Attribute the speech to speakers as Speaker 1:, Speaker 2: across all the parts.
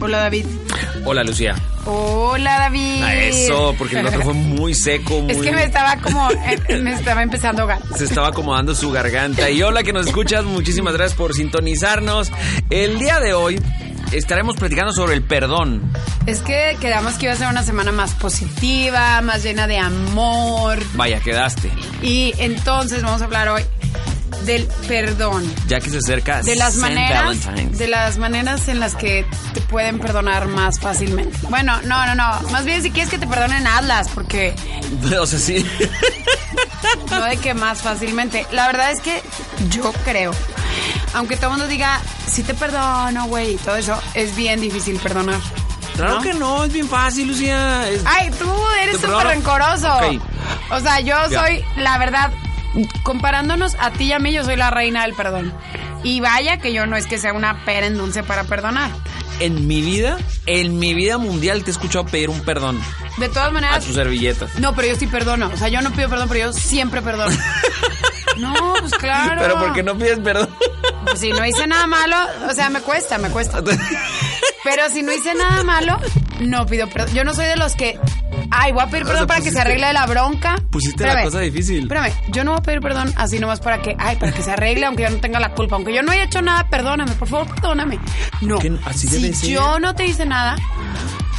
Speaker 1: Hola David.
Speaker 2: Hola Lucía.
Speaker 1: Hola David.
Speaker 2: A Ah, eso, porque el otro fue muy seco, muy...
Speaker 1: Es que me estaba como, eh, me estaba empezando a ahogar.
Speaker 2: Se estaba acomodando su garganta. Y hola que nos escuchas, muchísimas gracias por sintonizarnos. El día de hoy estaremos platicando sobre el perdón.
Speaker 1: Es que quedamos que iba a ser una semana más positiva, más llena de amor.
Speaker 2: Vaya, quedaste.
Speaker 1: Y entonces vamos a hablar hoy del perdón.
Speaker 2: Ya que se acerca
Speaker 1: De las
Speaker 2: Saint Valentine's.
Speaker 1: maneras, de las maneras en las que te pueden perdonar más fácilmente. Bueno, no, no, no. Más bien si quieres que te perdonen, hazlas, porque
Speaker 2: O sea, sí.
Speaker 1: No de que más fácilmente. La verdad es que yo creo. Aunque todo el mundo diga, sí te perdono, güey, y todo eso, es bien difícil perdonar.
Speaker 2: Claro
Speaker 1: ¿No? Ah.
Speaker 2: que no, es bien fácil, Lucía. Es-
Speaker 1: Ay, tú eres
Speaker 2: Te
Speaker 1: súper
Speaker 2: perdono.
Speaker 1: rencoroso.
Speaker 2: Ok.
Speaker 1: O sea, yo
Speaker 2: Ya.
Speaker 1: soy, la verdad, comparándonos a ti y a mí, yo soy la reina del perdón. Y vaya que yo no es que sea una pera en dulce para perdonar.
Speaker 2: En mi vida, en mi vida mundial te he escuchado pedir un perdón
Speaker 1: De todas
Speaker 2: a
Speaker 1: maneras,
Speaker 2: tus servilletas.
Speaker 1: no, pero yo sí perdono. O sea, yo no pido perdón, pero yo siempre perdono. no, pues claro.
Speaker 2: Pero porque no pides perdón.
Speaker 1: Pues si no hice nada malo, o sea, me cuesta, me cuesta. Pero si no hice nada malo, no pido perdón. Yo no soy de los que, ay, voy a pedir
Speaker 2: O
Speaker 1: perdón
Speaker 2: sea,
Speaker 1: para que se
Speaker 2: Ah, pusiste-
Speaker 1: arregle la bronca.
Speaker 2: pusiste la cosa difícil.
Speaker 1: Espérame, yo no voy a pedir perdón así nomás para que, ay, para que se arregle, aunque yo no tenga la culpa. Aunque yo no haya hecho nada, perdóname, por favor, perdóname. No,
Speaker 2: Que así
Speaker 1: si
Speaker 2: debe ser.
Speaker 1: yo no te hice nada,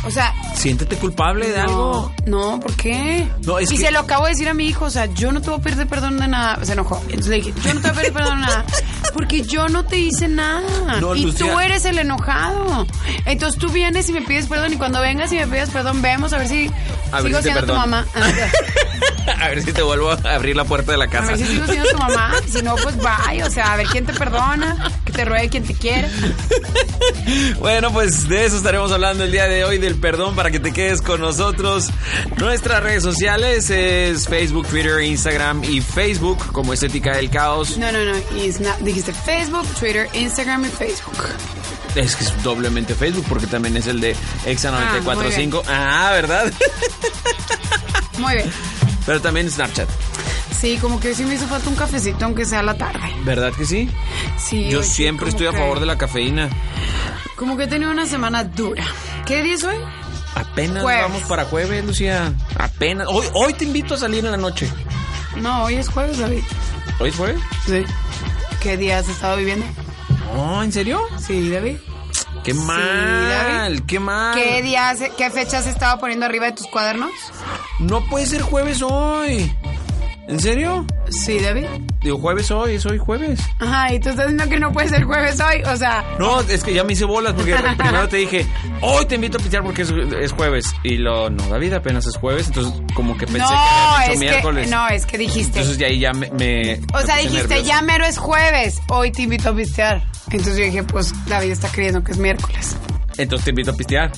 Speaker 1: o sea...
Speaker 2: Siéntete culpable de
Speaker 1: no,
Speaker 2: algo.
Speaker 1: No, ¿por qué?
Speaker 2: No, es
Speaker 1: y
Speaker 2: que-
Speaker 1: se lo acabo de decir a mi hijo, o sea, yo no te voy a pedir perdón de nada. Se enojó. Entonces le dije, yo no te voy a pedir perdón de nada. Porque yo no te hice nada.
Speaker 2: No,
Speaker 1: y tú
Speaker 2: Lucía.
Speaker 1: eres el enojado. Entonces tú vienes y me pides perdón. Y cuando vengas y me pides perdón, vemos a ver si
Speaker 2: A ver
Speaker 1: sigo
Speaker 2: si te
Speaker 1: siendo tu
Speaker 2: perdono.
Speaker 1: mamá. Ah, A
Speaker 2: A ver si te vuelvo a abrir la puerta de la casa.
Speaker 1: ver si sigo siendo tu mamá. Si no, pues bye. O sea, a ver quién te perdona. Que te ruegue quien te quiere.
Speaker 2: Bueno, pues de eso estaremos hablando el día de hoy, del perdón, para que te quedes con nosotros. Nuestras redes sociales es Facebook, Twitter, Instagram y Facebook como Estética del Caos.
Speaker 1: No, no, no. y es na- dijiste Facebook, Twitter, Instagram y Facebook.
Speaker 2: Es que es doblemente Facebook porque también es el de
Speaker 1: Ah, muy bien.
Speaker 2: Exa945. Ah, ¿verdad?
Speaker 1: Muy bien.
Speaker 2: Pero también Snapchat.
Speaker 1: Sí, como que sí me hizo falta un cafecito, aunque sea a la tarde.
Speaker 2: ¿Verdad que sí?
Speaker 1: Sí,
Speaker 2: Yo
Speaker 1: oye,
Speaker 2: siempre
Speaker 1: como
Speaker 2: estoy a
Speaker 1: que-
Speaker 2: favor de la cafeína.
Speaker 1: Como que he tenido una semana dura. ¿Qué día es hoy?
Speaker 2: Apenas
Speaker 1: Jueves.
Speaker 2: vamos para jueves, Lucía. Apenas. Hoy, hoy te invito a salir en la noche.
Speaker 1: No, hoy es jueves, David.
Speaker 2: ¿Hoy es jueves?
Speaker 1: Sí. ¿Qué día has estado viviendo?
Speaker 2: No, ¿en serio?
Speaker 1: Sí, David.
Speaker 2: Qué mal, qué mal.
Speaker 1: ¿Qué día, has- qué fecha has estado poniendo arriba de tus cuadernos?
Speaker 2: No puede ser jueves hoy. ¿En serio?
Speaker 1: Sí, David.
Speaker 2: Digo, jueves hoy, es hoy jueves.
Speaker 1: Ajá, y tú estás diciendo que no puede ser jueves hoy, o sea...
Speaker 2: No, es que ya me hice bolas porque primero te dije, hoy te invito a pistear porque es, es jueves. Y lo, no, David, apenas es jueves, entonces como que pensé que
Speaker 1: no,
Speaker 2: había
Speaker 1: es
Speaker 2: dicho miércoles.
Speaker 1: que, no, es que dijiste...
Speaker 2: Entonces de ahí ya me... me-
Speaker 1: o
Speaker 2: me
Speaker 1: sea,
Speaker 2: puse
Speaker 1: dijiste,
Speaker 2: nervioso.
Speaker 1: ya mero es jueves, hoy te invito a pistear. Entonces yo dije, pues David está creyendo que es miércoles.
Speaker 2: Entonces te invito a pistear.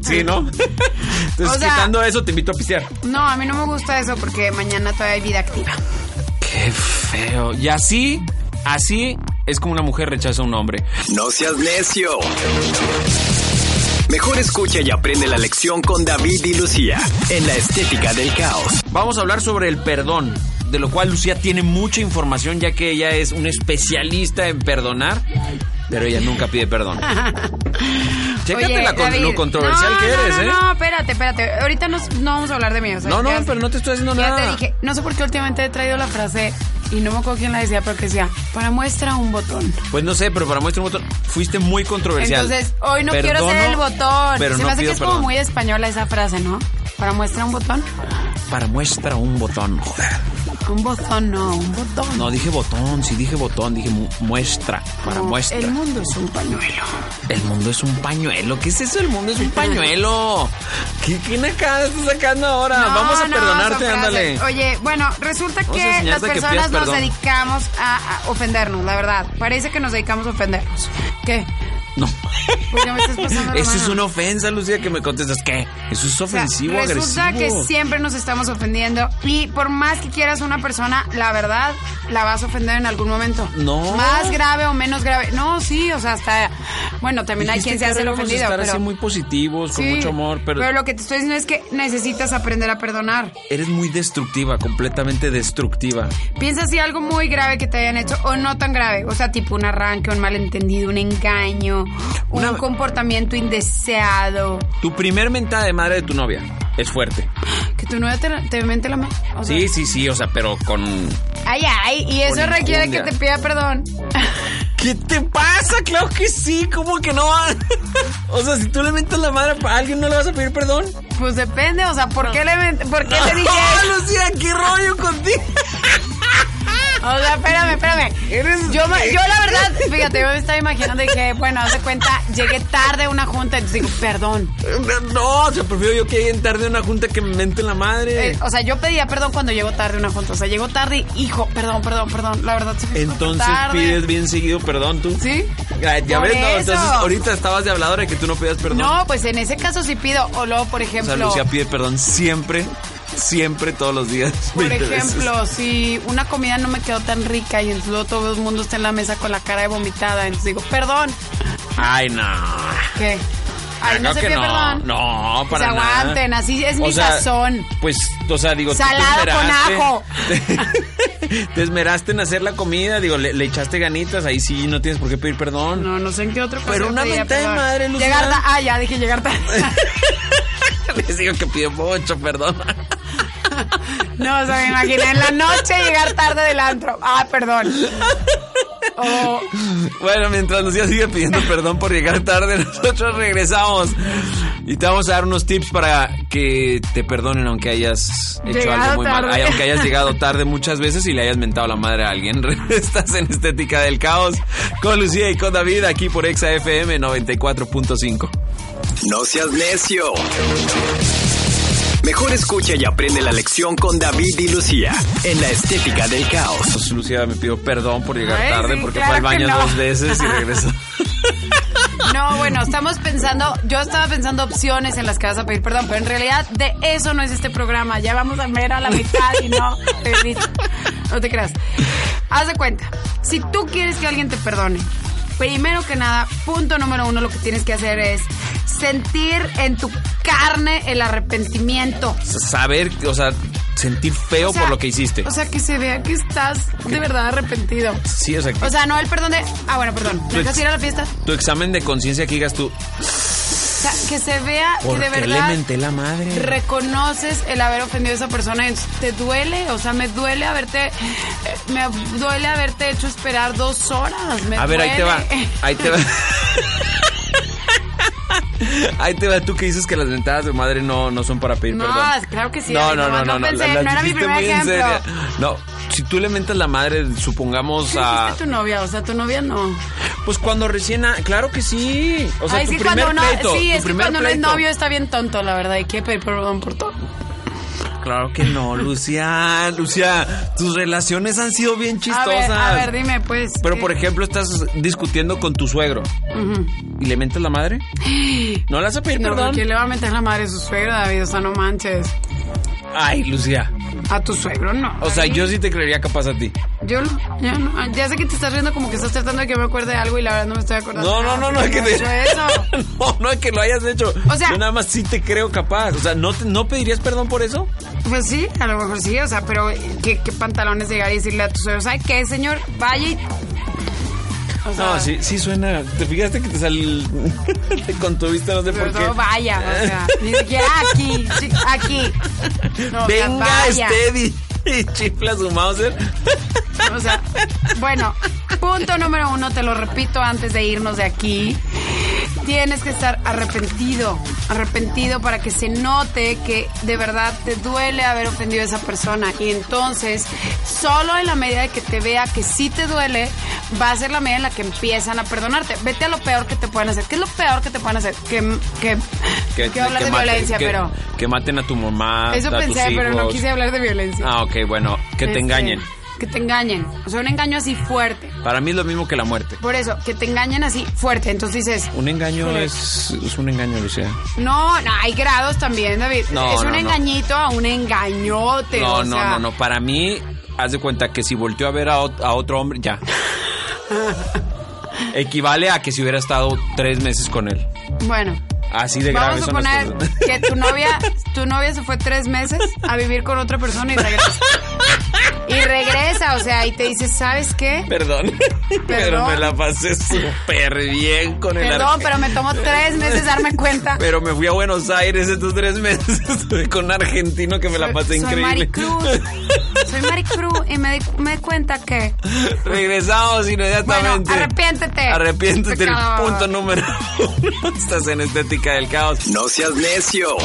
Speaker 2: sí, ¿no? Entonces
Speaker 1: O sea-
Speaker 2: quitando eso, te invito a pistear.
Speaker 1: No, a mí no me gusta eso porque mañana todavía hay vida activa.
Speaker 2: Qué feo. Y así, así es como una mujer rechaza a un hombre.
Speaker 3: No seas necio. Mejor escucha y aprende la lección con David y Lucía en la estética del caos.
Speaker 2: Vamos a hablar sobre el perdón, de lo cual Lucía tiene mucha información ya que ella es una especialista en perdonar, pero ella nunca pide perdón. Chécate
Speaker 1: Oye,
Speaker 2: la con-
Speaker 1: David,
Speaker 2: lo controversial
Speaker 1: no,
Speaker 2: que
Speaker 1: no,
Speaker 2: eres,
Speaker 1: no,
Speaker 2: ¿eh?
Speaker 1: No, espérate, espérate. Ahorita nos- no vamos a hablar de mí. o sea,
Speaker 2: No, no,
Speaker 1: ya-
Speaker 2: pero no te estoy haciendo
Speaker 1: ya
Speaker 2: nada.
Speaker 1: te dije, no sé por qué últimamente he traído la frase y no me acuerdo quién la decía, pero que decía, para muestra un botón.
Speaker 2: Pues no sé, pero para muestra un botón, fuiste muy controversial.
Speaker 1: Entonces, hoy no quiero
Speaker 2: Perdono,
Speaker 1: ser el botón.
Speaker 2: Pero
Speaker 1: Se
Speaker 2: no
Speaker 1: me hace que
Speaker 2: pido
Speaker 1: es como
Speaker 2: perdón.
Speaker 1: muy española esa frase, ¿no? Para muestra un botón.
Speaker 2: Para muestra un botón. Joder.
Speaker 1: Un botón, no, un botón.
Speaker 2: No, dije botón, sí dije botón, dije mu- muestra, para
Speaker 1: No,
Speaker 2: muestra.
Speaker 1: El mundo es un pañuelo.
Speaker 2: El mundo es un pañuelo. ¿Qué es eso? El mundo es un pañuelo. ¿Qué, qué nacada estás sacando ahora?
Speaker 1: No,
Speaker 2: Ah, Vamos a
Speaker 1: no,
Speaker 2: perdonarte,
Speaker 1: son
Speaker 2: ándale.
Speaker 1: frases. Oye, bueno, resulta
Speaker 2: Vamos a
Speaker 1: que las
Speaker 2: enseñarte que pidas
Speaker 1: personas nos
Speaker 2: perdón.
Speaker 1: dedicamos a, a ofendernos, la verdad. Parece que nos dedicamos a ofendernos. ¿Qué?
Speaker 2: No.
Speaker 1: ¿Por qué me estás pasando la
Speaker 2: Eso es
Speaker 1: mano?
Speaker 2: una ofensa, Lucía, que me contestas. ¿Qué? Eso es
Speaker 1: O sea,
Speaker 2: ofensivo,
Speaker 1: resulta
Speaker 2: agresivo.
Speaker 1: que siempre nos estamos ofendiendo y por más que quieras una persona, la verdad, la vas a ofender en algún momento.
Speaker 2: No.
Speaker 1: Más grave o menos grave. No, sí, o sea, hasta... Bueno, también hay quien
Speaker 2: Dijiste
Speaker 1: se
Speaker 2: que
Speaker 1: hace el
Speaker 2: ahora íbamos a
Speaker 1: ofendido,
Speaker 2: estar
Speaker 1: pero...
Speaker 2: así muy positivos, con
Speaker 1: Sí,
Speaker 2: mucho amor, pero,
Speaker 1: lo que te estoy diciendo es que necesitas aprender a perdonar.
Speaker 2: eres muy destructiva, completamente destructiva.
Speaker 1: Piensa si algo muy grave que te hayan hecho o no tan grave. O sea, tipo un arranque, un malentendido, un engaño,
Speaker 2: Una-
Speaker 1: un comportamiento indeseado.
Speaker 2: Tu primer mentada de madre de tu novia es fuerte.
Speaker 1: Que tu novia te, te mente la mano. O sea,
Speaker 2: Sí, sí, sí, o sea, pero con...
Speaker 1: Ay, ay, y eso
Speaker 2: Con
Speaker 1: requiere que
Speaker 2: injundia.
Speaker 1: te pida perdón.
Speaker 2: ¿Qué te pasa? Claro que sí, ¿cómo que no? o sea, si tú le mentas la madre a alguien, ¿no le vas a pedir perdón?
Speaker 1: Pues depende, o sea, ¿por qué le men- por qué te dije?
Speaker 2: ¡Ah, Lucía, qué rollo contigo!
Speaker 1: O sea, espérame, espérame. Yo, me- yo la verdad, fíjate, yo me estaba imaginando y dije, bueno, haz de cuenta, llegué tarde a una junta y digo, perdón.
Speaker 2: No, o sea, prefiero yo que lleguen tarde a una junta que me mente la madre.
Speaker 1: Eh, o sea, yo pedía perdón cuando llego tarde a una junta. O sea, llego tarde y, hijo, perdón, perdón, perdón. La verdad, se me hizo
Speaker 2: Entonces
Speaker 1: tarde.
Speaker 2: pides bien seguido perdón tú.
Speaker 1: ¿Sí?
Speaker 2: Ay, ya
Speaker 1: Por
Speaker 2: ves, no,
Speaker 1: eso.
Speaker 2: entonces ahorita estabas de habladora de que tú no pidas perdón.
Speaker 1: No, pues en ese caso sí pido. O luego, por
Speaker 2: o sea,
Speaker 1: ejemplo.
Speaker 2: Lucía pide perdón siempre, siempre, todos los días.
Speaker 1: Por
Speaker 2: 20 veces.
Speaker 1: ejemplo, si una comida no me quedó tan rica y entonces luego todo el mundo está en la mesa con la cara de vomitada, entonces digo, perdón.
Speaker 2: Ay, no.
Speaker 1: ¿Qué? Ay, no
Speaker 2: Claro
Speaker 1: se
Speaker 2: que
Speaker 1: pide
Speaker 2: Ah, no.
Speaker 1: perdón.
Speaker 2: No, para
Speaker 1: Se
Speaker 2: nada.
Speaker 1: aguanten, así es mi
Speaker 2: sea,
Speaker 1: sazón.
Speaker 2: Pues, o sea, digo, tú
Speaker 1: Salado
Speaker 2: te
Speaker 1: con
Speaker 2: esmeraste.
Speaker 1: ajo.
Speaker 2: Te esmeraste en hacer la comida, digo, le, le echaste ganitas, ahí sí no tienes por qué pedir perdón.
Speaker 1: No, no sé en qué otro
Speaker 2: Pero
Speaker 1: caso
Speaker 2: una
Speaker 1: pedía
Speaker 2: mentada de
Speaker 1: perdón.
Speaker 2: madre, Lucía.
Speaker 1: Llegar tarde. Ah, ya dije llegar tarde.
Speaker 2: Les digo que pido mucho perdón.
Speaker 1: No, o sea, me imaginé en la noche llegar tarde del antro. Ah, perdón. O
Speaker 2: Bueno, mientras Lucía sigue pidiendo perdón por llegar tarde, nosotros regresamos. Y te vamos a dar unos tips para que te perdonen aunque hayas hecho
Speaker 1: Llegado
Speaker 2: algo muy mal.
Speaker 1: tarde.
Speaker 2: Ay, Aunque hayas llegado tarde muchas veces y le hayas mentado la madre a alguien. Estás en Estética del Caos con Lucía y con David aquí por Exa FM 94.5.
Speaker 3: No seas necio. Mejor escucha y aprende la lección con David y Lucía en la estética del caos.
Speaker 2: Pues, Lucía me pidió perdón por llegar
Speaker 1: Ay,
Speaker 2: tarde
Speaker 1: sí,
Speaker 2: porque
Speaker 1: claro
Speaker 2: fue al baño
Speaker 1: que no.
Speaker 2: dos veces y regresó.
Speaker 1: No, bueno, estamos pensando, yo estaba pensando opciones en las que vas a pedir perdón, pero en realidad de eso no es este programa. Ya vamos a ver a la mitad y no, feliz. no te creas. Haz de cuenta, si tú quieres que alguien te perdone, primero que nada, punto número uno, lo que tienes que hacer es sentir en tu carne el arrepentimiento.
Speaker 2: Saber, o sea, sentir feo
Speaker 1: O sea,
Speaker 2: por lo que hiciste.
Speaker 1: O sea, que se vea que estás de verdad arrepentido.
Speaker 2: sí, o sea,
Speaker 1: O sea, no el perdón de, ah, bueno, perdón, ¿me
Speaker 2: Pues-
Speaker 1: dejas ir a la fiesta?
Speaker 2: tu examen de conciencia que digas tú,
Speaker 1: O sea, que se vea que
Speaker 2: ¿por
Speaker 1: de
Speaker 2: qué
Speaker 1: verdad...
Speaker 2: le menté la madre?
Speaker 1: reconoces el haber ofendido a esa persona y entonces te duele, o sea, me duele haberte, eh, me duele haberte hecho esperar dos horas. me
Speaker 2: A ver, ahí te va.
Speaker 1: duele.
Speaker 2: Ahí te va. Ahí te va, tú que dices que las ventadas de madre no, no son para pedir
Speaker 1: No,
Speaker 2: perdón.
Speaker 1: claro que sí,
Speaker 2: No,
Speaker 1: David,
Speaker 2: no, no,
Speaker 1: nomás
Speaker 2: no,
Speaker 1: no
Speaker 2: no.
Speaker 1: pensé,
Speaker 2: las
Speaker 1: no era mi
Speaker 2: dijiste
Speaker 1: primer
Speaker 2: muy en
Speaker 1: ejemplo.
Speaker 2: serio. No, si tú le mentas la madre, supongamos
Speaker 1: ¿Qué
Speaker 2: a.
Speaker 1: dijiste tu novia? O sea, tu novia no.
Speaker 2: Pues cuando recién. a- Claro que sí. O sea,
Speaker 1: Ay,
Speaker 2: tu
Speaker 1: sí,
Speaker 2: primer
Speaker 1: cuando uno,
Speaker 2: pleito.
Speaker 1: sí,
Speaker 2: tu
Speaker 1: es que
Speaker 2: primer
Speaker 1: cuando uno es
Speaker 2: pleito.
Speaker 1: novio está bien tonto, la verdad, y quiere pedir perdón por todo.
Speaker 2: Claro que no, Lucia. Lucia, tus relaciones han sido bien
Speaker 1: A
Speaker 2: chistosas.
Speaker 1: ver, a ver, dime, pues.
Speaker 2: Pero
Speaker 1: ¿qué?
Speaker 2: por ejemplo, estás discutiendo con tu suegro. ¿Y le mentas la madre? ¿No le vas a pedir
Speaker 1: No,
Speaker 2: perdón?
Speaker 1: ¿quién le va a meter la madre a su suegro, David? O sea, no manches.
Speaker 2: Ay, Lucía.
Speaker 1: A tu suegro, no.
Speaker 2: O sea,
Speaker 1: Ay, Pues
Speaker 2: yo sí te creería capaz a ti.
Speaker 1: Yo no, ya no. Ya sé que te estás riendo como que estás tratando de que me acuerde de algo y la verdad no me estoy acordando.
Speaker 2: No,
Speaker 1: de
Speaker 2: no,
Speaker 1: nada,
Speaker 2: no, no,
Speaker 1: porque
Speaker 2: es que
Speaker 1: no he hecho
Speaker 2: te...
Speaker 1: eso.
Speaker 2: No, no es que lo hayas hecho.
Speaker 1: O sea-
Speaker 2: yo nada más sí te creo capaz. O sea, ¿no, te- no pedirías perdón por eso?
Speaker 1: Pues sí, a lo mejor sí, o sea, pero qué, qué pantalones llegar y decirle a tus suegros, ¿sabes qué, señor? Vaya y... O sea,
Speaker 2: No, sí, sí suena. ¿Te fijaste que te sal... te contuviste no sé
Speaker 1: sobre
Speaker 2: por qué?
Speaker 1: todo vaya, o sea, ni siquiera aquí, sí, aquí. No, o sea,
Speaker 2: Venga,
Speaker 1: vaya.
Speaker 2: Steady. Y chifla su Mauser.
Speaker 1: O sea, bueno, punto número uno, te lo repito antes de irnos de aquí. Tienes que estar arrepentido, arrepentido para que se note que de verdad te duele haber ofendido a esa persona. Y entonces, solo en la medida de que te vea que sí te duele, va a ser la medida en la que empiezan a perdonarte. Vete a lo peor que te pueden hacer. ¿Qué es lo peor que te pueden hacer? Que, que, quiero hablar de
Speaker 2: maten-
Speaker 1: violencia,
Speaker 2: que-
Speaker 1: pero...
Speaker 2: Que maten a tu mamá.
Speaker 1: Eso
Speaker 2: a tus
Speaker 1: pensé, pero no
Speaker 2: hijos.
Speaker 1: quise hablar de violencia.
Speaker 2: Ah, ok, bueno, que te
Speaker 1: Este,
Speaker 2: engañen.
Speaker 1: Que te engañen. O sea, un engaño así fuerte.
Speaker 2: Para mí es lo mismo que la muerte.
Speaker 1: Por eso, que te engañen así fuerte. Entonces dices,
Speaker 2: Un engaño es, es un engaño, Lucía.
Speaker 1: no, no, hay grados también, David.
Speaker 2: No,
Speaker 1: es un
Speaker 2: no, no.
Speaker 1: engañito a un engañote.
Speaker 2: No,
Speaker 1: o
Speaker 2: no,
Speaker 1: sea,
Speaker 2: no, no. Para mí, haz de cuenta que si volteó a ver a, ot- a otro hombre, ya. Equivale a que si hubiera estado tres meses con él.
Speaker 1: Bueno.
Speaker 2: Así de grave
Speaker 1: Vamos a
Speaker 2: son las
Speaker 1: suponer
Speaker 2: cosas.
Speaker 1: que tu novia, tu novia se fue tres meses a vivir con otra persona y regresa. Y regresa, o sea, y te dice, ¿sabes qué?
Speaker 2: Perdón, pero me la pasé súper bien con el
Speaker 1: Perdón,
Speaker 2: arque-
Speaker 1: pero me tomó tres meses darme cuenta.
Speaker 2: Pero me fui a Buenos Aires estos tres meses con un argentino que me la pasé
Speaker 1: soy,
Speaker 2: increíble.
Speaker 1: Soy Maricruz. Soy Maricruz y me di, me di cuenta que
Speaker 2: Regresamos inmediatamente.
Speaker 1: Bueno, arrepiéntete.
Speaker 2: Arrepiéntete. El
Speaker 1: Pecado.
Speaker 2: punto número uno. Estás en Estética del Caos.
Speaker 3: No seas necio.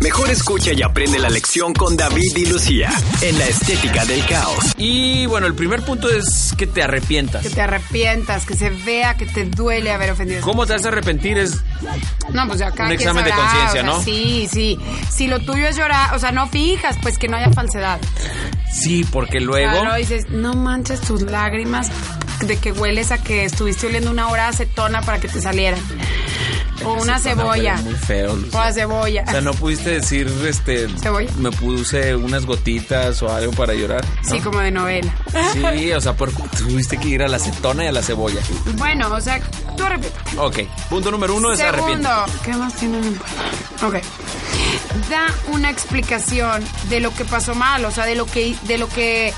Speaker 3: Mejor escucha y aprende la lección con David y Lucía en la estética del caos.
Speaker 2: Y bueno, el primer punto es que te arrepientas.
Speaker 1: que te arrepientas, que se vea que te duele haber ofendido.
Speaker 2: ¿Cómo te vas a arrepentir? Es
Speaker 1: No, pues ya cada
Speaker 2: Un
Speaker 1: quien
Speaker 2: examen de
Speaker 1: sabrá,
Speaker 2: conciencia,
Speaker 1: o sea,
Speaker 2: ¿no?
Speaker 1: Sí, sí. Si lo tuyo es llorar, o sea, no fijas, pues que no haya falsedad.
Speaker 2: sí, porque luego.
Speaker 1: Claro, dices, no manches tus lágrimas de que hueles a que estuviste oliendo una hora acetona para que te salieran. O una
Speaker 2: Eso suena
Speaker 1: cebolla.
Speaker 2: Muy feo.
Speaker 1: O
Speaker 2: Lucía.
Speaker 1: a cebolla.
Speaker 2: O sea, no pudiste decir, este,
Speaker 1: Cebolla.
Speaker 2: me puse unas gotitas o algo para llorar. ¿no?
Speaker 1: Sí, como de novela.
Speaker 2: Sí, o sea, por- tuviste que ir a la acetona y a la cebolla.
Speaker 1: Bueno, o sea, tú arrepientes.
Speaker 2: Ok, punto número uno es
Speaker 1: Segundo,
Speaker 2: arrepiéntete.
Speaker 1: ¿qué más tienen en puerta? Ok. Da una explicación de lo que pasó mal, o sea, de lo que, de lo que,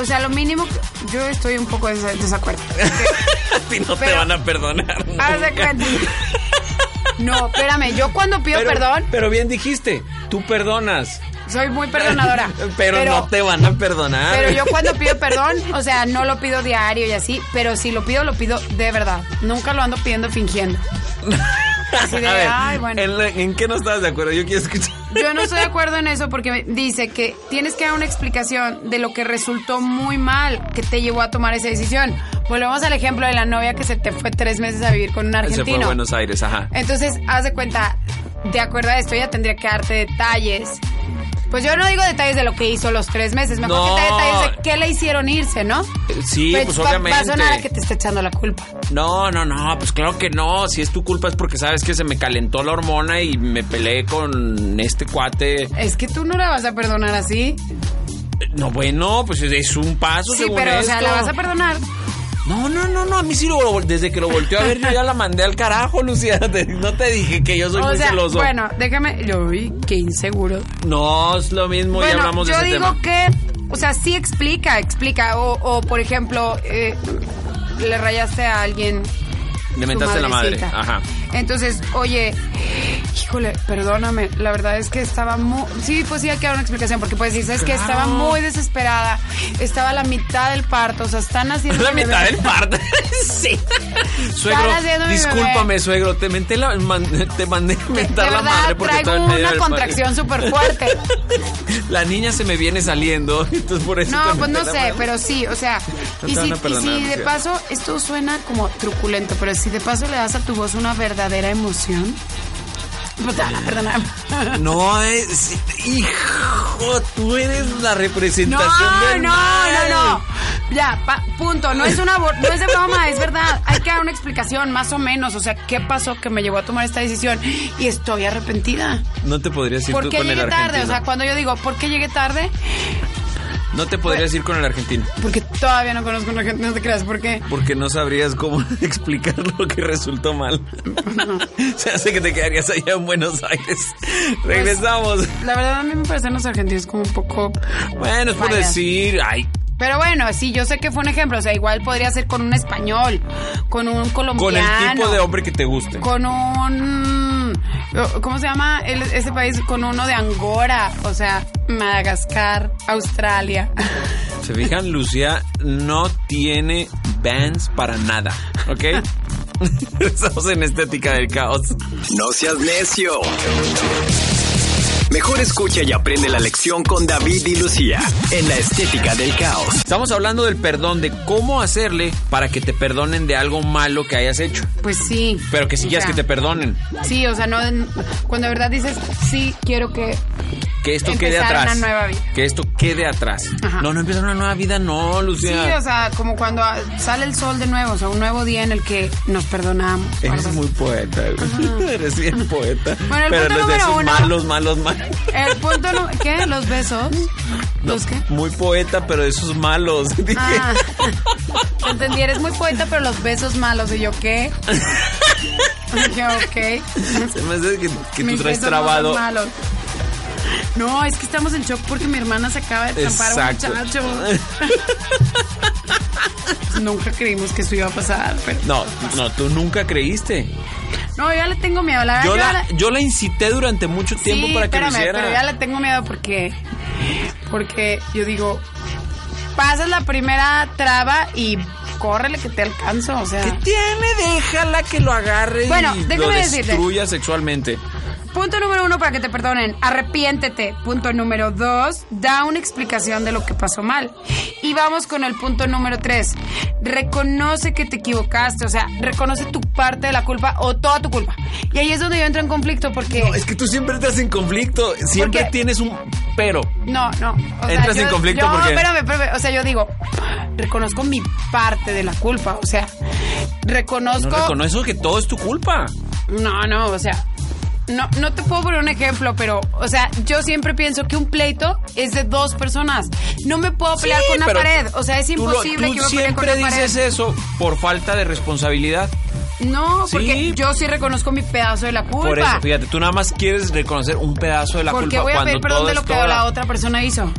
Speaker 1: o sea, lo mínimo. que- Yo estoy un poco en desa- desacuerdo.
Speaker 2: A ti no te
Speaker 1: Pero-
Speaker 2: van a perdonar.
Speaker 1: Haz de
Speaker 2: nunca.
Speaker 1: cuenta. No, espérame. Yo cuando pido
Speaker 2: Pero-
Speaker 1: perdón
Speaker 2: Pero bien dijiste, tú perdonas.
Speaker 1: soy muy perdonadora.
Speaker 2: Pero, no te van a perdonar.
Speaker 1: Pero yo cuando pido perdón, o sea, no lo pido diario y así, pero si lo pido, lo pido de verdad. Nunca lo ando pidiendo fingiendo. Así de,
Speaker 2: A ver,
Speaker 1: ay, bueno.
Speaker 2: ¿en, la- en qué no estás de acuerdo? Yo quiero escuchar.
Speaker 1: Yo no estoy de acuerdo en eso porque me dice que tienes que dar una explicación de lo que resultó muy mal que te llevó a tomar esa decisión. Volvemos al ejemplo de la novia que se te fue tres meses a vivir con un
Speaker 2: Se fue a
Speaker 1: argentino.
Speaker 2: Buenos Aires, ajá.
Speaker 1: Entonces, haz de cuenta, de acuerdo a esto, ella tendría que darte detalles. Pues yo no digo detalles de lo que hizo los tres meses, mejor
Speaker 2: No.
Speaker 1: que te dé detalles de qué le hicieron irse, ¿no?
Speaker 2: Sí, pues,
Speaker 1: va-
Speaker 2: obviamente.
Speaker 1: Va a sonar a que te está echando la culpa.
Speaker 2: No, no, no, pues claro que no. Si es tu culpa es porque sabes que se me calentó la hormona y me peleé con este cuate.
Speaker 1: Es que tú no la vas a perdonar así.
Speaker 2: No, bueno, pues es- es un paso.
Speaker 1: Sí,
Speaker 2: según
Speaker 1: pero o sea,
Speaker 2: esto.
Speaker 1: la vas a perdonar.
Speaker 2: No, no, no, no. A mí sí lo vol- desde que lo volteó a ver yo ya la mandé al carajo, Lucía. Te- no te dije que yo soy
Speaker 1: o
Speaker 2: muy
Speaker 1: sea,
Speaker 2: celoso.
Speaker 1: bueno, déjame, yo uy, qué inseguro.
Speaker 2: No es lo mismo. ya
Speaker 1: bueno,
Speaker 2: hablamos de
Speaker 1: yo
Speaker 2: ese
Speaker 1: digo
Speaker 2: tema.
Speaker 1: que, o sea, sí explica, explica. O, o por ejemplo, eh, le rayaste a alguien.
Speaker 2: Le
Speaker 1: su
Speaker 2: mentaste la madre,
Speaker 1: madrecita.
Speaker 2: ajá.
Speaker 1: Entonces, oye, híjole, perdóname, la verdad es que estaba muy... Sí, pues sí hay que dar una explicación, porque pues dices que estaba muy desesperada, estaba a la mitad del parto, o sea, están haciendo...
Speaker 2: La
Speaker 1: mi
Speaker 2: mitad
Speaker 1: bebé.
Speaker 2: del parto. sí. Suegro,
Speaker 1: Están haciendo mi
Speaker 2: discúlpame, suegro. Te, menté la, man- te mandé a mentar
Speaker 1: De
Speaker 2: la madre
Speaker 1: verdad,
Speaker 2: porque
Speaker 1: traigo
Speaker 2: estaba en medio
Speaker 1: una
Speaker 2: del parto.
Speaker 1: contracción súper fuerte.
Speaker 2: La niña se me viene saliendo, entonces por eso.
Speaker 1: No,
Speaker 2: te
Speaker 1: pues no
Speaker 2: menté la
Speaker 1: sé,
Speaker 2: madre.
Speaker 1: pero sí, o sea,
Speaker 2: No
Speaker 1: y
Speaker 2: te
Speaker 1: si,
Speaker 2: van a
Speaker 1: y
Speaker 2: perdonar,
Speaker 1: si de
Speaker 2: Lucía.
Speaker 1: paso esto suena como truculento, pero si de paso le das a tu voz una verdadera emoción, pues te van a perdonar.
Speaker 2: No, es. Hijo, tú eres la
Speaker 1: No,
Speaker 2: representación
Speaker 1: no,
Speaker 2: del
Speaker 1: no,
Speaker 2: mal.
Speaker 1: no. Ya, pa- punto. No es una bo- no es de broma, es verdad. Hay que dar una explicación, más o menos. O sea, ¿qué pasó que me llevó a tomar esta decisión? Y estoy arrepentida.
Speaker 2: No te podrías ir
Speaker 1: ¿Por
Speaker 2: tú
Speaker 1: qué
Speaker 2: con el
Speaker 1: llegué tarde?
Speaker 2: argentino.
Speaker 1: O sea, cuando yo digo, ¿por qué llegué tarde?
Speaker 2: no te
Speaker 1: pues-
Speaker 2: podrías ir con el argentino.
Speaker 1: Porque todavía no conozco a una gente, no te creas, ¿por qué?
Speaker 2: Porque no sabrías cómo explicar lo que resultó mal. Se hace que te quedarías allá en Buenos Aires.
Speaker 1: Pues
Speaker 2: Regresamos.
Speaker 1: La verdad, a mí me parecen los argentinos como un poco...
Speaker 2: Bueno, es por
Speaker 1: Vaya.
Speaker 2: decir, ay,
Speaker 1: Pero bueno, sí, yo sé que fue un ejemplo. O sea, igual podría ser con un español, con un
Speaker 2: con
Speaker 1: colombiano.
Speaker 2: el tipo de hombre que te guste.
Speaker 1: Con un... ¿Cómo se llama el- ese país? Con uno de Angora, o sea, Madagascar, Australia.
Speaker 2: se fijan, Lucía no tiene bands para nada, ¿ok? Estamos en estética del caos.
Speaker 3: No seas necio. Mejor escucha y aprende la lección con David y Lucía en la estética del caos.
Speaker 2: Estamos hablando del perdón, de cómo hacerle para que te perdonen de algo malo que hayas hecho.
Speaker 1: Pues sí.
Speaker 2: Pero que si
Speaker 1: O
Speaker 2: quieras
Speaker 1: sea,
Speaker 2: que te perdonen,
Speaker 1: Sí, o sea, no, cuando de verdad dices, sí, quiero que...
Speaker 2: que esto
Speaker 1: Empezar
Speaker 2: quede atrás.
Speaker 1: una nueva vida.
Speaker 2: Que esto quede atrás.
Speaker 1: Ajá.
Speaker 2: No, no empieza una nueva vida, no,
Speaker 1: Sí,
Speaker 2: Lucía.
Speaker 1: o sea, como cuando ah, sale el sol de nuevo, o sea, un nuevo día en el que nos perdonamos. o algo
Speaker 2: Eres
Speaker 1: así.
Speaker 2: muy poeta, güey. Eres bien poeta.
Speaker 1: Bueno, el
Speaker 2: pero
Speaker 1: punto
Speaker 2: eres de
Speaker 1: número
Speaker 2: esos
Speaker 1: uno.
Speaker 2: malos, malos, malos.
Speaker 1: El punto, no, ¿qué? ¿Los besos?
Speaker 2: No,
Speaker 1: ¿Los qué?
Speaker 2: Muy poeta, pero de esos malos. Dije,
Speaker 1: Ah, entendí, eres muy poeta, pero los besos malos. ¿Y yo qué? Y yo, ok.
Speaker 2: se me hace que, que tú
Speaker 1: Mis
Speaker 2: traes
Speaker 1: besos no son
Speaker 2: trabado.
Speaker 1: malos. No, es que estamos en shock porque mi hermana se acaba de estampar a un
Speaker 2: Exacto.
Speaker 1: muchacho. Nunca creímos que esto iba a pasar, pero...
Speaker 2: No, no, tú nunca creíste.
Speaker 1: No, yo ya le tengo miedo, la verdad.
Speaker 2: Yo
Speaker 1: Ah, yo ya
Speaker 2: la,
Speaker 1: le-
Speaker 2: yo la incité durante mucho tiempo
Speaker 1: sí,
Speaker 2: para que
Speaker 1: espérame,
Speaker 2: lo hiciera.
Speaker 1: pero ya le tengo miedo porque... Porque yo digo... Pasas la primera traba y córrele que te alcanzo, o sea...
Speaker 2: ¿Qué tiene? Déjala que lo agarre
Speaker 1: Bueno,
Speaker 2: y lo
Speaker 1: déjame decirte.
Speaker 2: destruya sexualmente.
Speaker 1: Punto número uno para que te perdonen, arrepiéntete. Punto número dos, da una explicación de lo que pasó mal. Y vamos con el punto número tres, reconoce que te equivocaste, o sea, reconoce tu parte de la culpa o toda tu culpa. Y ahí es donde yo entro en conflicto porque...
Speaker 2: Es que tú siempre estás en conflicto. Siempre
Speaker 1: Porque-
Speaker 2: tienes un pero.
Speaker 1: No, no. O
Speaker 2: Entras en conflicto
Speaker 1: yo-
Speaker 2: porque-
Speaker 1: espérame, espérame. O sea, yo digo, reconozco mi parte de la culpa, o sea, reconozco...
Speaker 2: No reconozco que todo es tu culpa.
Speaker 1: No, no, o sea, no, no te puedo poner un ejemplo, pero, o sea, yo siempre pienso que un pleito es de dos personas. No me puedo pelear
Speaker 2: Sí,
Speaker 1: con una
Speaker 2: pero
Speaker 1: pared. O sea, es
Speaker 2: tú lo-
Speaker 1: imposible
Speaker 2: tú
Speaker 1: que yo pelee con
Speaker 2: siempre
Speaker 1: una pared.
Speaker 2: dices eso por falta de responsabilidad.
Speaker 1: No, porque
Speaker 2: Sí.
Speaker 1: yo sí reconozco mi pedazo de la culpa.
Speaker 2: Por eso, fíjate, tú nada más quieres reconocer un pedazo de la
Speaker 1: porque
Speaker 2: culpa
Speaker 1: voy a
Speaker 2: cuando
Speaker 1: pedir perdón
Speaker 2: todo
Speaker 1: de
Speaker 2: es
Speaker 1: lo que
Speaker 2: toda-
Speaker 1: la otra persona hizo.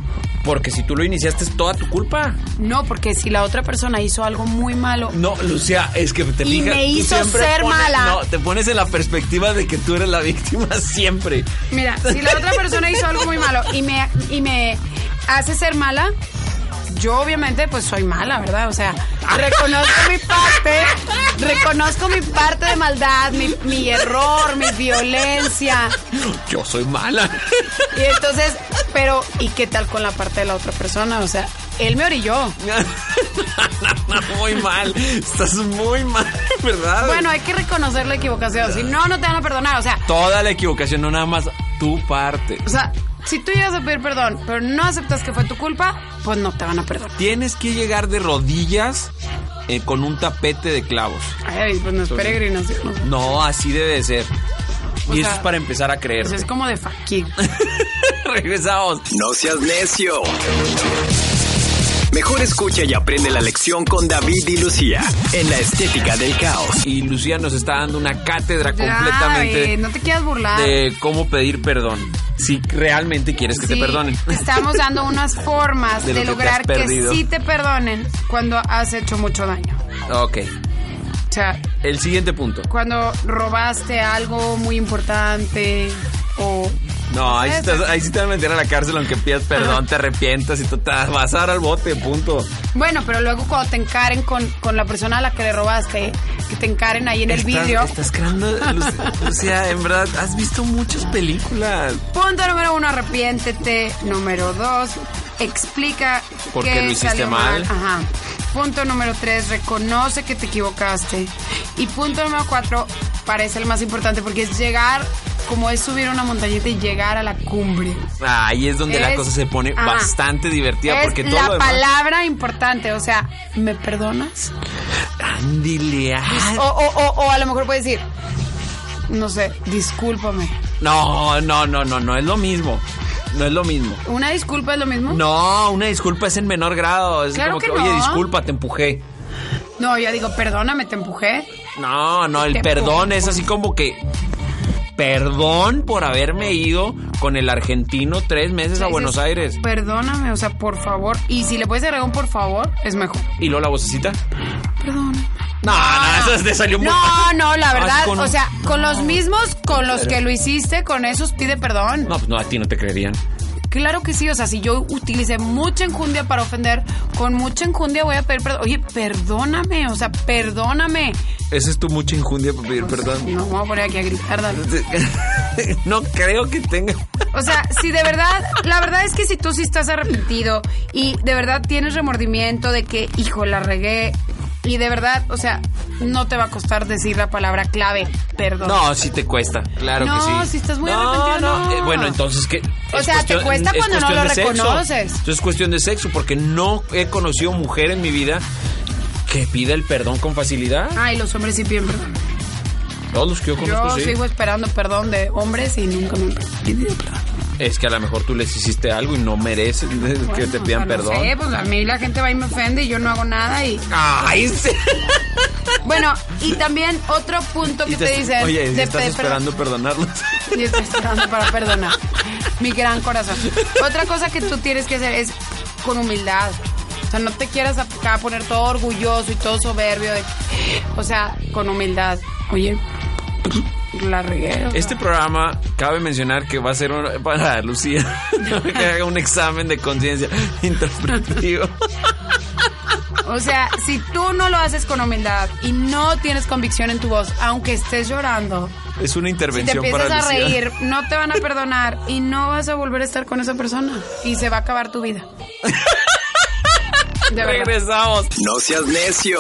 Speaker 2: Porque si tú lo iniciaste es toda tu culpa.
Speaker 1: No, porque si la otra persona hizo algo muy malo.
Speaker 2: No, Lucía, es que te
Speaker 1: Y
Speaker 2: fijas.
Speaker 1: me
Speaker 2: tú
Speaker 1: hizo
Speaker 2: siempre
Speaker 1: ser
Speaker 2: pones-
Speaker 1: mala.
Speaker 2: No, te pones en la perspectiva de que tú eres la víctima siempre.
Speaker 1: Mira, si la otra persona hizo algo muy malo y me, y me hace ser mala, yo obviamente pues soy mala, ¿verdad? O sea, reconozco mi parte, reconozco mi parte de maldad, mi, mi error, mi violencia.
Speaker 2: Yo soy mala.
Speaker 1: Y entonces, pero ¿y qué tal con la parte de la otra persona? O sea, él me orilló.
Speaker 2: muy mal. Estás muy mal, ¿verdad?
Speaker 1: Bueno, hay que reconocer la equivocación, si no, no te van a perdonar, o sea...
Speaker 2: toda la equivocación, no nada más tu parte.
Speaker 1: O sea, si tú llegas a pedir perdón, pero no aceptas que fue tu culpa, pues no te van a perdonar.
Speaker 2: Tienes que llegar de rodillas eh, con un tapete de clavos.
Speaker 1: Ay, pues no es peregrino, sí, no.
Speaker 2: No, así debe de ser.
Speaker 1: O
Speaker 2: y eso
Speaker 1: sea,
Speaker 2: es para empezar a creer.
Speaker 1: Pues es como de fakir.
Speaker 2: Regresamos.
Speaker 3: No seas necio. Mejor escucha y aprende la lección con David y Lucía en la estética del caos.
Speaker 2: Y Lucía nos está dando una cátedra completamente
Speaker 1: Ay, no te quieras burlar.
Speaker 2: de cómo pedir perdón. Si realmente quieres que
Speaker 1: Sí,
Speaker 2: te perdonen.
Speaker 1: te estamos dando unas formas
Speaker 2: De
Speaker 1: de,
Speaker 2: lo que te
Speaker 1: lograr
Speaker 2: has
Speaker 1: que,
Speaker 2: perdido.
Speaker 1: sí te perdonen cuando has hecho mucho daño.
Speaker 2: Ok.
Speaker 1: O sea,
Speaker 2: El siguiente punto.
Speaker 1: cuando robaste algo muy importante o...
Speaker 2: No, ahí sí,
Speaker 1: Eso.
Speaker 2: estás- ahí sí te van a meter a la cárcel aunque pidas perdón, te arrepientas y tú te vas a dar al bote, punto.
Speaker 1: Bueno, pero luego cuando te encaren con, con la persona a la que le robaste, que te encaren ahí en el
Speaker 2: Estás-
Speaker 1: vídeo.
Speaker 2: Estás creando. Lu- Lucía, en verdad, has visto muchas películas.
Speaker 1: Punto número uno, arrepiéntete. Número dos, explica
Speaker 2: ¿Por
Speaker 1: que
Speaker 2: qué lo hiciste
Speaker 1: salió mal.
Speaker 2: mal?
Speaker 1: Ajá. Punto número tres, reconoce que te equivocaste. Y punto número cuatro, parece el más importante porque es llegar, como es subir una montañita y llegar a la cumbre.
Speaker 2: Ahí es donde la
Speaker 1: Es-
Speaker 2: cosa se pone
Speaker 1: ajá.
Speaker 2: bastante divertida
Speaker 1: es
Speaker 2: porque todo
Speaker 1: la
Speaker 2: lo demás.
Speaker 1: palabra importante, o sea, ¿me perdonas?
Speaker 2: Ándile, ah.
Speaker 1: O, o, o- o a lo mejor puedes decir, no sé, discúlpame.
Speaker 2: No, no, no, no, no es lo mismo. No es lo mismo.
Speaker 1: ¿Una disculpa es lo mismo?
Speaker 2: No, una disculpa es en menor grado. Es
Speaker 1: Claro
Speaker 2: como que,
Speaker 1: que
Speaker 2: oye,
Speaker 1: no.
Speaker 2: disculpa, te empujé.
Speaker 1: No, yo digo, perdóname, te empujé.
Speaker 2: No, no, el
Speaker 1: Te
Speaker 2: perdón
Speaker 1: empujo.
Speaker 2: es así como que. Perdón por haberme ido con el argentino tres meses a
Speaker 1: sea,
Speaker 2: Buenos
Speaker 1: dices,
Speaker 2: Aires.
Speaker 1: Perdóname, o sea, por favor. Y si le puedes agregar un por favor, es mejor.
Speaker 2: ¿Y luego la vocecita?
Speaker 1: Perdón. Ah.
Speaker 2: No, Ah, no, eso te salió muy
Speaker 1: No,
Speaker 2: mal.
Speaker 1: no, la
Speaker 2: Ah,
Speaker 1: verdad,
Speaker 2: con-
Speaker 1: o sea, con los mismos, con los que lo hiciste, con esos pide perdón.
Speaker 2: No, pues no, a ti no te creerían.
Speaker 1: Claro que sí, o sea, si yo utilicé mucha enjundia para ofender, con mucha enjundia voy a pedir perdón. Oye, perdóname, o sea, perdóname.
Speaker 2: Esa es tu mucha injundia para pedir perdón.
Speaker 1: No me voy a poner aquí a gritar, David.
Speaker 2: No creo que tenga.
Speaker 1: O sea, si de verdad, la verdad es que si tú sí estás arrepentido y de verdad tienes remordimiento de que, hijo, la regué. Y de verdad, o sea, no te va a costar decir la palabra clave, perdón.
Speaker 2: No, sí te cuesta, claro
Speaker 1: No,
Speaker 2: que sí.
Speaker 1: si estás muy arrepentido, no.
Speaker 2: eh, bueno, entonces que.
Speaker 1: O sea, te cuesta cuando no lo reconoces.
Speaker 2: Entonces es cuestión de sexo, porque no he conocido mujer en mi vida que pida el perdón con facilidad.
Speaker 1: Ay, los hombres sí piden perdón.
Speaker 2: Todos los que yo
Speaker 1: Ah. Yo
Speaker 2: conozco, sí.
Speaker 1: sigo esperando perdón de hombres y nunca me piden perdón.
Speaker 2: Es que a lo mejor tú les hiciste algo y no mereces que
Speaker 1: Bueno,
Speaker 2: te
Speaker 1: o
Speaker 2: pidan
Speaker 1: sea, no
Speaker 2: perdón.
Speaker 1: sé, pues a mí la gente va y me ofende y yo no hago nada y...
Speaker 2: Ay, sí.
Speaker 1: Bueno, y también otro punto que
Speaker 2: Y
Speaker 1: te,
Speaker 2: te-
Speaker 1: dicen...
Speaker 2: Oye, y
Speaker 1: de
Speaker 2: estás
Speaker 1: pe-
Speaker 2: esperando perdonarlos.
Speaker 1: Y estoy esperando para perdonar. Mi gran corazón. Otra cosa que tú tienes que hacer es con humildad. O sea, no te quieras acá poner todo orgulloso y todo soberbio. de- o sea, con humildad. Oye, la regué. o sea.
Speaker 2: Este programa, cabe mencionar que va a ser un- para Lucía, que haga un examen de conciencia introspectivo.
Speaker 1: O sea, si tú no lo haces con humildad y no tienes convicción en tu voz, aunque estés llorando,
Speaker 2: Es una
Speaker 1: si te
Speaker 2: intervención
Speaker 1: empiezas
Speaker 2: para
Speaker 1: a
Speaker 2: Lucía.
Speaker 1: reír, no te van a perdonar y no vas a volver a estar con esa persona. Y se va a acabar tu vida. De verdad.
Speaker 2: Regresamos.
Speaker 3: No seas necio.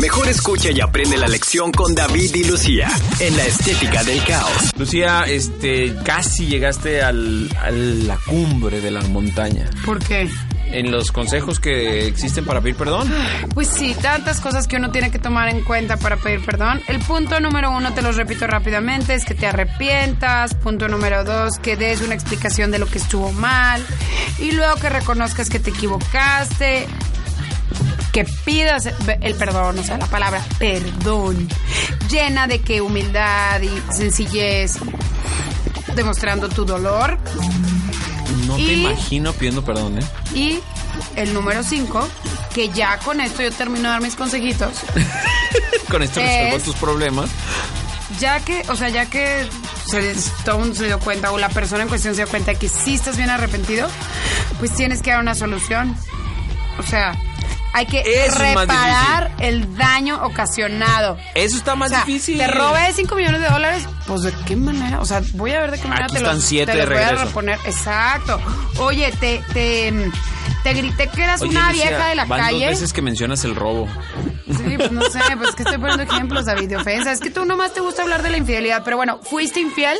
Speaker 3: Mejor escucha y aprende la lección con David y Lucía en la estética del caos.
Speaker 2: Lucía, este, casi llegaste al, a la cumbre de la montaña.
Speaker 1: ¿Por qué?
Speaker 2: En los consejos que existen para pedir perdón.
Speaker 1: Pues sí, tantas cosas que uno tiene que tomar en cuenta para pedir perdón. El punto número uno, te los repito rápidamente, es que te arrepientas. Punto número dos, que des una explicación de lo que estuvo mal. Y luego que reconozcas que te equivocaste. Que pidas el perdón, o sea, la palabra perdón. Llena de que humildad y sencillez, demostrando tu dolor.
Speaker 2: No te
Speaker 1: Y-
Speaker 2: imagino pidiendo perdón, ¿eh?
Speaker 1: Y el número cinco, que ya con esto yo termino de dar mis consejitos.
Speaker 2: Con esto
Speaker 1: Es-
Speaker 2: resuelvo tus problemas.
Speaker 1: ya que, o sea, ya que se, todo mundo se dio cuenta o la persona en cuestión se dio cuenta que sí estás bien arrepentido, pues tienes que dar una solución. O sea, hay que
Speaker 2: Eso es más
Speaker 1: reparar el daño ocasionado.
Speaker 2: Eso está más
Speaker 1: O sea,
Speaker 2: difícil.
Speaker 1: Te robé 5 millones de dólares. Pues de qué manera. O sea, voy a ver de qué manera
Speaker 2: Aquí
Speaker 1: te
Speaker 2: están
Speaker 1: los,
Speaker 2: siete
Speaker 1: te
Speaker 2: de
Speaker 1: los voy a
Speaker 2: regreso.
Speaker 1: reponer. Exacto. Oye, te, te, te grité que eras
Speaker 2: Oye,
Speaker 1: una
Speaker 2: Lucía,
Speaker 1: vieja de la
Speaker 2: van
Speaker 1: calle.
Speaker 2: dos veces que mencionas el robo.
Speaker 1: Sí, pues no sé, pues es que estoy poniendo ejemplos, David, de ofensa. Es que tú nomás te gusta hablar de la infidelidad, pero bueno, fuiste infiel.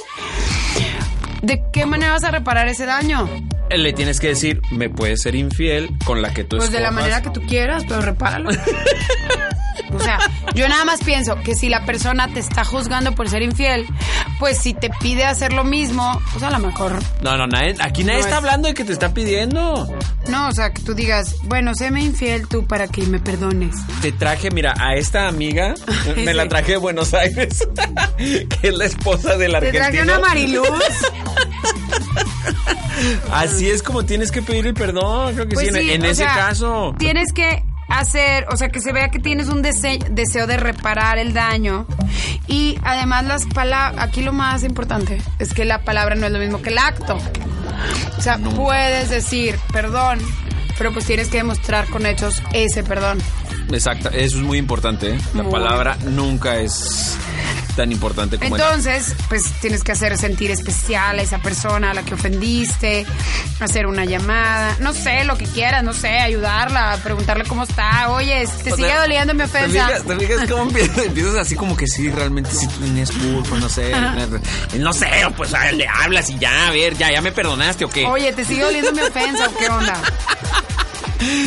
Speaker 1: ¿De qué manera vas a reparar ese daño?
Speaker 2: Eh, Le tienes que decir, me puedes ser infiel con la que tú
Speaker 1: Pues de la
Speaker 2: escojas.
Speaker 1: manera que tú quieras, pero repáralo. O sea, yo nada más pienso que si la persona te está juzgando por ser infiel, pues si te pide hacer lo mismo, pues a lo mejor
Speaker 2: No, no, nadie- aquí nadie
Speaker 1: No
Speaker 2: está
Speaker 1: es-
Speaker 2: hablando de que te está pidiendo.
Speaker 1: no, o sea, que tú digas, bueno, séme infiel tú para que me perdones.
Speaker 2: Te traje, mira, a esta amiga, me la traje de Buenos Aires, que es la esposa del
Speaker 1: Te
Speaker 2: argentino.
Speaker 1: traje una Mariluz.
Speaker 2: Así es como tienes que pedir el perdón, creo que
Speaker 1: Pues
Speaker 2: sí, en-
Speaker 1: sí,
Speaker 2: en,
Speaker 1: o
Speaker 2: ese
Speaker 1: sea,
Speaker 2: caso.
Speaker 1: Tienes que hacer, o sea, que se vea que tienes un dese- deseo de reparar el daño. Y además las palabras, aquí lo más importante es que la palabra no es lo mismo que el acto. O sea, puedes decir perdón, pero pues tienes que demostrar con hechos ese perdón.
Speaker 2: Exacto, eso es muy importante. ¿eh? La
Speaker 1: Muy.
Speaker 2: palabra nunca es tan importante como el-
Speaker 1: Entonces, pues tienes que hacer sentir especial a esa persona a la que ofendiste, hacer una llamada, no sé, lo que quieras, no sé, ayudarla, preguntarle cómo está, oye, te
Speaker 2: O
Speaker 1: sigue
Speaker 2: sea,
Speaker 1: doliendo mi
Speaker 2: ¿Te
Speaker 1: ofensa.
Speaker 2: fijas, ¿Te fijas cómo empiezas, empiezas así como que sí, realmente sí tienes culpa, no sé. No sé, pues a- le hablas y ya, a ver, ya, ya me perdonaste o qué.
Speaker 1: Oye, ¿te sigue oliendo mi ofensa o qué onda?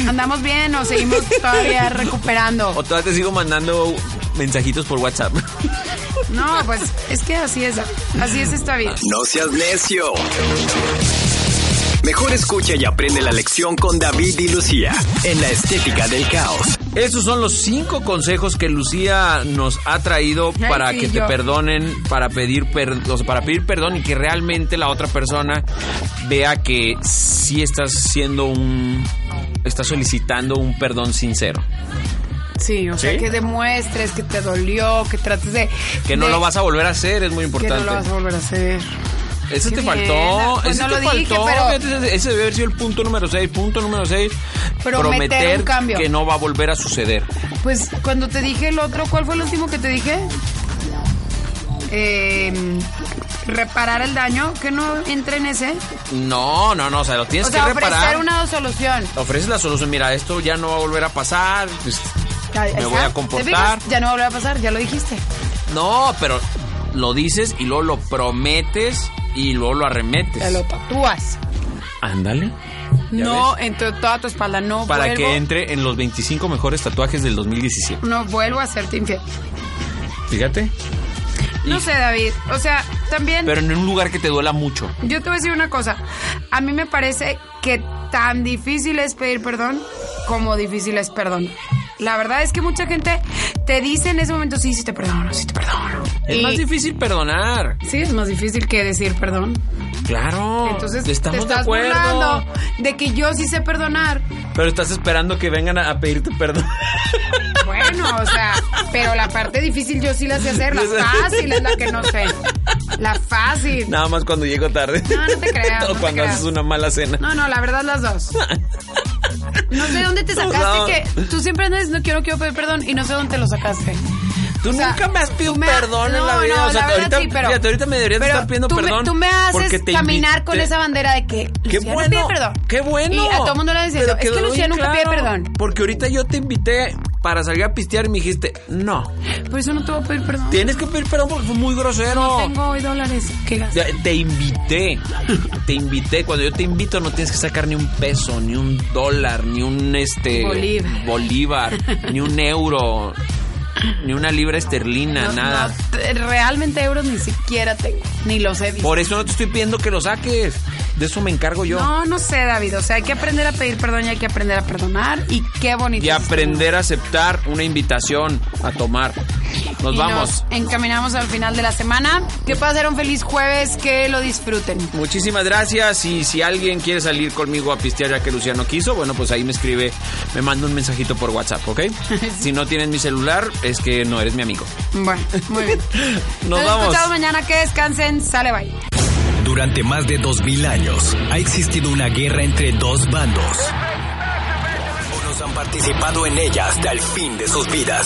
Speaker 1: ¿Andamos bien o seguimos todavía
Speaker 2: O
Speaker 1: recuperando?
Speaker 2: todavía te sigo mandando mensajitos por WhatsApp.
Speaker 1: No, pues es que así es, así es esta vida.
Speaker 3: No seas necio. Mejor escucha y aprende la lección con David y Lucía en la estética del caos.
Speaker 2: Estos son los cinco consejos que Lucía nos ha traído
Speaker 1: Ay,
Speaker 2: para
Speaker 1: sí,
Speaker 2: que te
Speaker 1: yo.
Speaker 2: perdonen, para pedir, per- o sea, para pedir perdón y que realmente la otra persona vea que sí estás siendo un... Estás solicitando un perdón sincero.
Speaker 1: Sí, o sea,
Speaker 2: ¿Sí?
Speaker 1: que demuestres que te dolió, que trates de...
Speaker 2: Que no
Speaker 1: de-
Speaker 2: lo vas a volver a hacer, es muy
Speaker 1: Que
Speaker 2: importante.
Speaker 1: no lo vas a volver a hacer.
Speaker 2: Eso
Speaker 1: Qué
Speaker 2: te
Speaker 1: bien.
Speaker 2: faltó.
Speaker 1: Pues
Speaker 2: eso
Speaker 1: no
Speaker 2: te
Speaker 1: lo dije,
Speaker 2: faltó.
Speaker 1: pero-
Speaker 2: Fíjate, ese- Ese debe haber sido el punto número 6. Punto número 6.
Speaker 1: Prometer un cambio.
Speaker 2: que no va a volver a suceder.
Speaker 1: Pues cuando te dije el otro, ¿cuál fue el último que te dije? Eh, reparar el daño, que no entre en ese.
Speaker 2: No, no, no. O sea, lo tienes
Speaker 1: o sea,
Speaker 2: que reparar.
Speaker 1: ofrecer una solución.
Speaker 2: Ofreces la solución. Mira, esto ya no va a volver a pasar. pues,
Speaker 1: Ahí
Speaker 2: Me
Speaker 1: está.
Speaker 2: voy a
Speaker 1: ¿Te
Speaker 2: comportar.
Speaker 1: fijas? Ya no va a volver a pasar, ya lo dijiste.
Speaker 2: No, pero lo dices y luego lo prometes y luego lo arremetes.
Speaker 1: Te lo tatúas.
Speaker 2: Ándale. ¿Ya
Speaker 1: No, en tu- toda tu espalda. No
Speaker 2: Para
Speaker 1: vuelvo,
Speaker 2: que entre en los 25 mejores tatuajes del 2017.
Speaker 1: no vuelvo a hacerte infiel.
Speaker 2: Fíjate.
Speaker 1: No
Speaker 2: Y-
Speaker 1: sé, David. O sea, también
Speaker 2: Pero en un lugar que te duela mucho.
Speaker 1: yo te voy a decir una cosa. A mí me parece que tan difícil es pedir perdón como difícil es perdonar. La verdad es que mucha gente te dice en ese momento, sí, sí te perdono, sí te perdono.
Speaker 2: Es
Speaker 1: Y-
Speaker 2: más difícil perdonar.
Speaker 1: Sí, es más difícil que decir perdón.
Speaker 2: Claro.
Speaker 1: Entonces
Speaker 2: estamos
Speaker 1: te
Speaker 2: de
Speaker 1: estás
Speaker 2: acuerdo.
Speaker 1: burlando de que yo sí sé perdonar.
Speaker 2: Pero estás esperando que vengan a, a pedirte perdón.
Speaker 1: Bueno, o sea, pero la parte difícil yo sí la sé hacer. La fácil es la que no sé. La fácil.
Speaker 2: Nada más cuando llego tarde.
Speaker 1: No, no te creas,
Speaker 2: o
Speaker 1: no te
Speaker 2: cuando
Speaker 1: creas.
Speaker 2: haces una mala cena.
Speaker 1: No, no, la verdad las dos. No sé dónde te sacaste
Speaker 2: No.
Speaker 1: que tú siempre andas diciendo, no quiero quiero pedir perdón y no sé dónde te lo sacaste.
Speaker 2: Tú
Speaker 1: O sea,
Speaker 2: nunca me has pedido
Speaker 1: tú me-
Speaker 2: perdón en la
Speaker 1: no,
Speaker 2: vida.
Speaker 1: no,
Speaker 2: o sea,
Speaker 1: la verdad
Speaker 2: ahorita,
Speaker 1: sí, pero-
Speaker 2: fíjate, ahorita me deberías de estar pidiendo
Speaker 1: tú me-
Speaker 2: perdón.
Speaker 1: tú me
Speaker 2: porque
Speaker 1: haces
Speaker 2: te
Speaker 1: caminar con
Speaker 2: invité.
Speaker 1: esa bandera de que
Speaker 2: Qué
Speaker 1: Luciano
Speaker 2: bueno,
Speaker 1: pide perdón.
Speaker 2: qué bueno.
Speaker 1: Y a todo el mundo le dices,
Speaker 2: Pero
Speaker 1: es que
Speaker 2: quedó
Speaker 1: Luciano
Speaker 2: bien
Speaker 1: nunca pide
Speaker 2: claro,
Speaker 1: perdón.
Speaker 2: Porque ahorita yo te invité para salir a pistear y me dijiste, no,
Speaker 1: Por eso no te voy a pedir perdón.
Speaker 2: tienes que pedir perdón porque fue muy grosero.
Speaker 1: No tengo hoy dólares que gastar.
Speaker 2: Ya, Te invité, te invité. Cuando yo te invito no tienes que sacar ni un peso, ni un dólar, ni un este
Speaker 1: Bolívar.
Speaker 2: bolívar, ni un euro, ni una libra esterlina,
Speaker 1: No,
Speaker 2: nada.
Speaker 1: no, t- realmente euros ni siquiera tengo, ni los he visto.
Speaker 2: Por eso no te estoy pidiendo que lo saques. De eso me encargo yo.
Speaker 1: No, no sé, David. O sea, hay que aprender a pedir perdón y hay que aprender a perdonar. Y qué bonito.
Speaker 2: y
Speaker 1: es este
Speaker 2: aprender a aceptar una invitación a tomar. Nos
Speaker 1: Y
Speaker 2: vamos.
Speaker 1: Nos encaminamos al final de la semana. Que pasaron feliz jueves, que lo disfruten.
Speaker 2: Muchísimas gracias y si alguien quiere salir conmigo a pistear ya que Luciano quiso, bueno, pues ahí me escribe, me manda un mensajito por WhatsApp, ¿ok? Si no tienes mi celular, es que no eres mi amigo.
Speaker 1: Bueno, muy bien.
Speaker 2: Nos vamos.
Speaker 1: escuchamos mañana. Que descansen. Sale, bye.
Speaker 3: Durante más de 2000 años ha existido una guerra entre dos bandos. Unos han participado en ella hasta el fin de sus vidas.